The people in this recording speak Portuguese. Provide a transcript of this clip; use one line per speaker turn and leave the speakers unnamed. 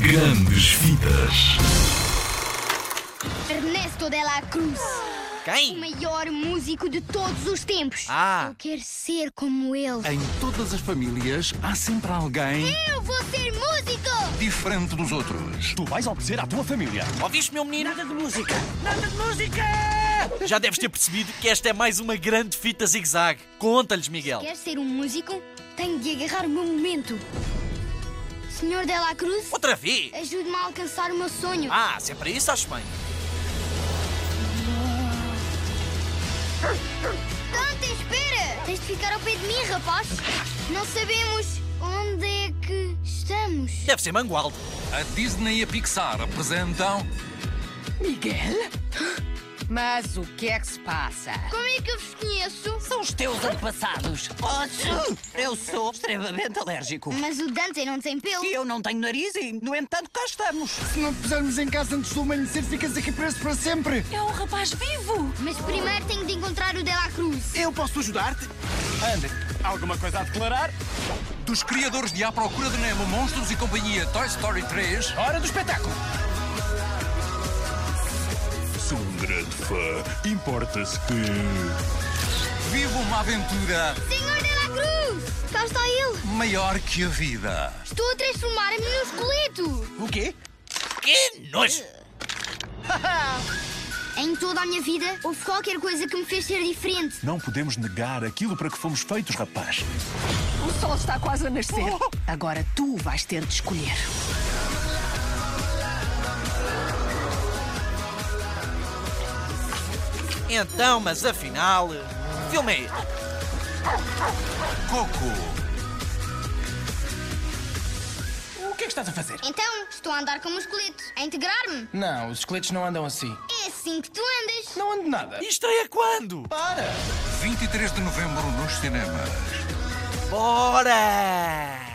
Grandes fitas.
Ernesto de la Cruz, o
Quem?
maior músico de todos os tempos.
Ah.
Eu quero ser como ele.
Em todas as famílias há sempre alguém
Eu vou ser músico!
diferente dos outros.
Tu vais obedecer à tua família.
Ouviste, meu menino? Nada de música! Nada de música! Já deves ter percebido que esta é mais uma grande fita zigue-zague. Conta-lhes, Miguel.
Quer ser um músico? Tenho de agarrar o meu momento. Senhor de la Cruz,
Outra vez!
ajude-me a alcançar o meu sonho.
Ah, se é para isso, acho bem.
Tanta espera! Tens de ficar ao pé de mim, rapaz. Não sabemos onde é que estamos.
Deve ser Mangualdo.
A Disney e a Pixar apresentam
Miguel? Mas o que é que se passa?
Como é que eu vos conheço?
São os teus antepassados. Posso? Eu sou extremamente alérgico.
Mas o Dante não tem pelo.
E eu não tenho nariz e, no entanto, cá estamos.
Se não te pusermos em casa antes do amanhecer, ficas aqui preso para sempre.
É um rapaz vivo!
Mas primeiro tenho de encontrar o de la Cruz.
Eu posso ajudar-te?
Anda, alguma coisa a declarar?
dos criadores de A Procura de Nemo, Monstros e Companhia Toy Story 3.
Hora do espetáculo.
Sou um grande fã. Importa-se que.
Viva uma aventura
Senhor de la Cruz! Cá está ele!
maior que a vida.
Estou a transformar-me num esqueleto!
O quê?
Que nojo!
Em toda a minha vida, houve qualquer coisa que me fez ser diferente.
Não podemos negar aquilo para que fomos feitos, rapaz.
O sol está quase a nascer. Agora tu vais ter de escolher.
Então, mas afinal. Filme é este?
Coco,
O que é que estás a fazer?
Então, estou a andar como um esqueleto, a integrar-me.
Não, os esqueletos não andam assim.
É assim que tu andas.
Não ando nada.
E estreia é quando?
23 de novembro nos cinemas.
Bora!